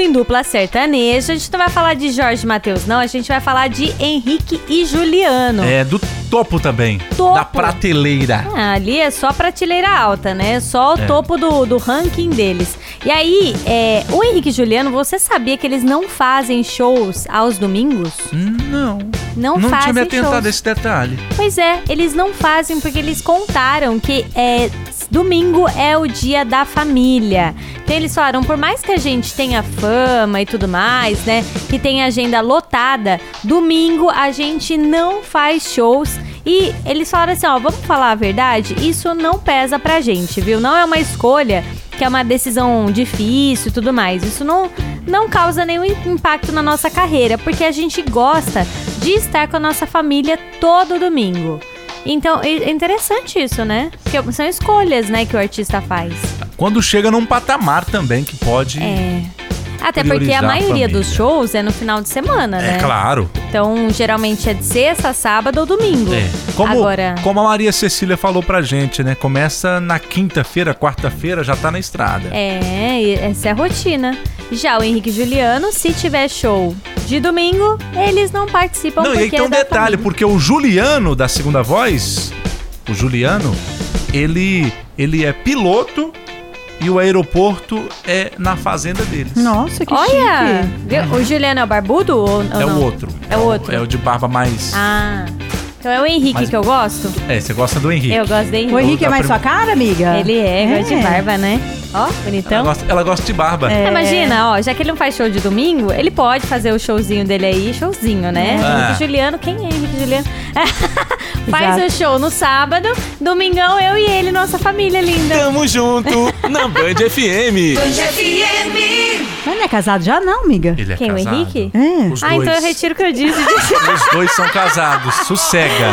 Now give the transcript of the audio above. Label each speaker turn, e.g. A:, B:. A: em dupla sertaneja. A gente não vai falar de Jorge e Matheus, não. A gente vai falar de Henrique e Juliano.
B: É, do topo também.
A: Topo.
B: Da prateleira.
A: Ah, ali é só prateleira alta, né? Só
B: É.
A: o topo do, do ranking deles. E aí, é, o Henrique e Juliano, você sabia que eles não fazem shows aos domingos?
B: Não.
A: Não,
B: não
A: fazem
B: tinha me atentado a
A: shows.
B: esse detalhe.
A: Pois é, eles não fazem porque eles contaram que é, domingo é o dia da família. Então eles falaram, por mais que a gente tenha fama e tudo mais, né, que tenha agenda lotada, domingo a gente não faz shows. E eles falaram assim, ó, vamos falar a verdade, isso não pesa pra gente, viu? Não é uma escolha que é uma decisão difícil e tudo mais. Isso não, não causa nenhum impacto na nossa carreira, porque a gente gosta de estar com a nossa família todo domingo. Então, é é interessante isso, né? Porque são escolhas, né, que o artista faz.
B: Quando chega num patamar também que pode.
A: É. Até porque a
B: Priorizar a
A: maioria dos
B: família.
A: shows é no final de semana, né?
B: É claro.
A: Então, geralmente é de sexta, sábado ou domingo.
B: É. Como,
A: Agora-
B: como a Maria Cecília falou pra gente, né? Começa na quinta-feira, quarta-feira, já tá na estrada.
A: É, e essa é a rotina. Já o Henrique e Juliano, se tiver show de domingo, eles não participam
B: Não, e
A: porque
B: aí tem um
A: é da
B: detalhe,
A: família.
B: porque o Juliano da segunda voz, o Juliano, ele, ele é piloto e o aeroporto é na fazenda deles.
C: Nossa, que
A: Olha!
C: chique.
A: Viu? O Juliano é o barbudo ou, ou
B: É
A: não?
B: o outro.
A: É o outro.
B: É o de barba mais.
A: Ah, então é o Henrique
B: Mas-
A: que eu gosto?
B: É, você gosta do Henrique.
A: Eu gosto do Henrique.
C: O Henrique é
B: da
C: mais
B: prima-
C: sua cara, amiga?
A: Ele é, gosta de
C: É.
A: barba, né? Ó,
B: Ela,
A: bonitão.
B: gosta, ela gosta de barba.
A: Ah, Imagina, ó, já que ele não faz show de domingo, ele pode fazer o showzinho dele aí, showzinho, né?
B: Ah.
A: Henrique Juliano, quem é Henrique Juliano? faz
C: Exato.
A: o show no sábado, domingão eu e ele, nossa família linda.
D: Tamo junto na Band FM.
C: Mas não é casado já, não, amiga?
B: Ele é
A: Quem, o
B: casado.
A: Henrique?
C: É.
B: Os
A: Ah,
B: dois.
A: então eu retiro o que eu disse.
B: Os dois são casados. Sossega.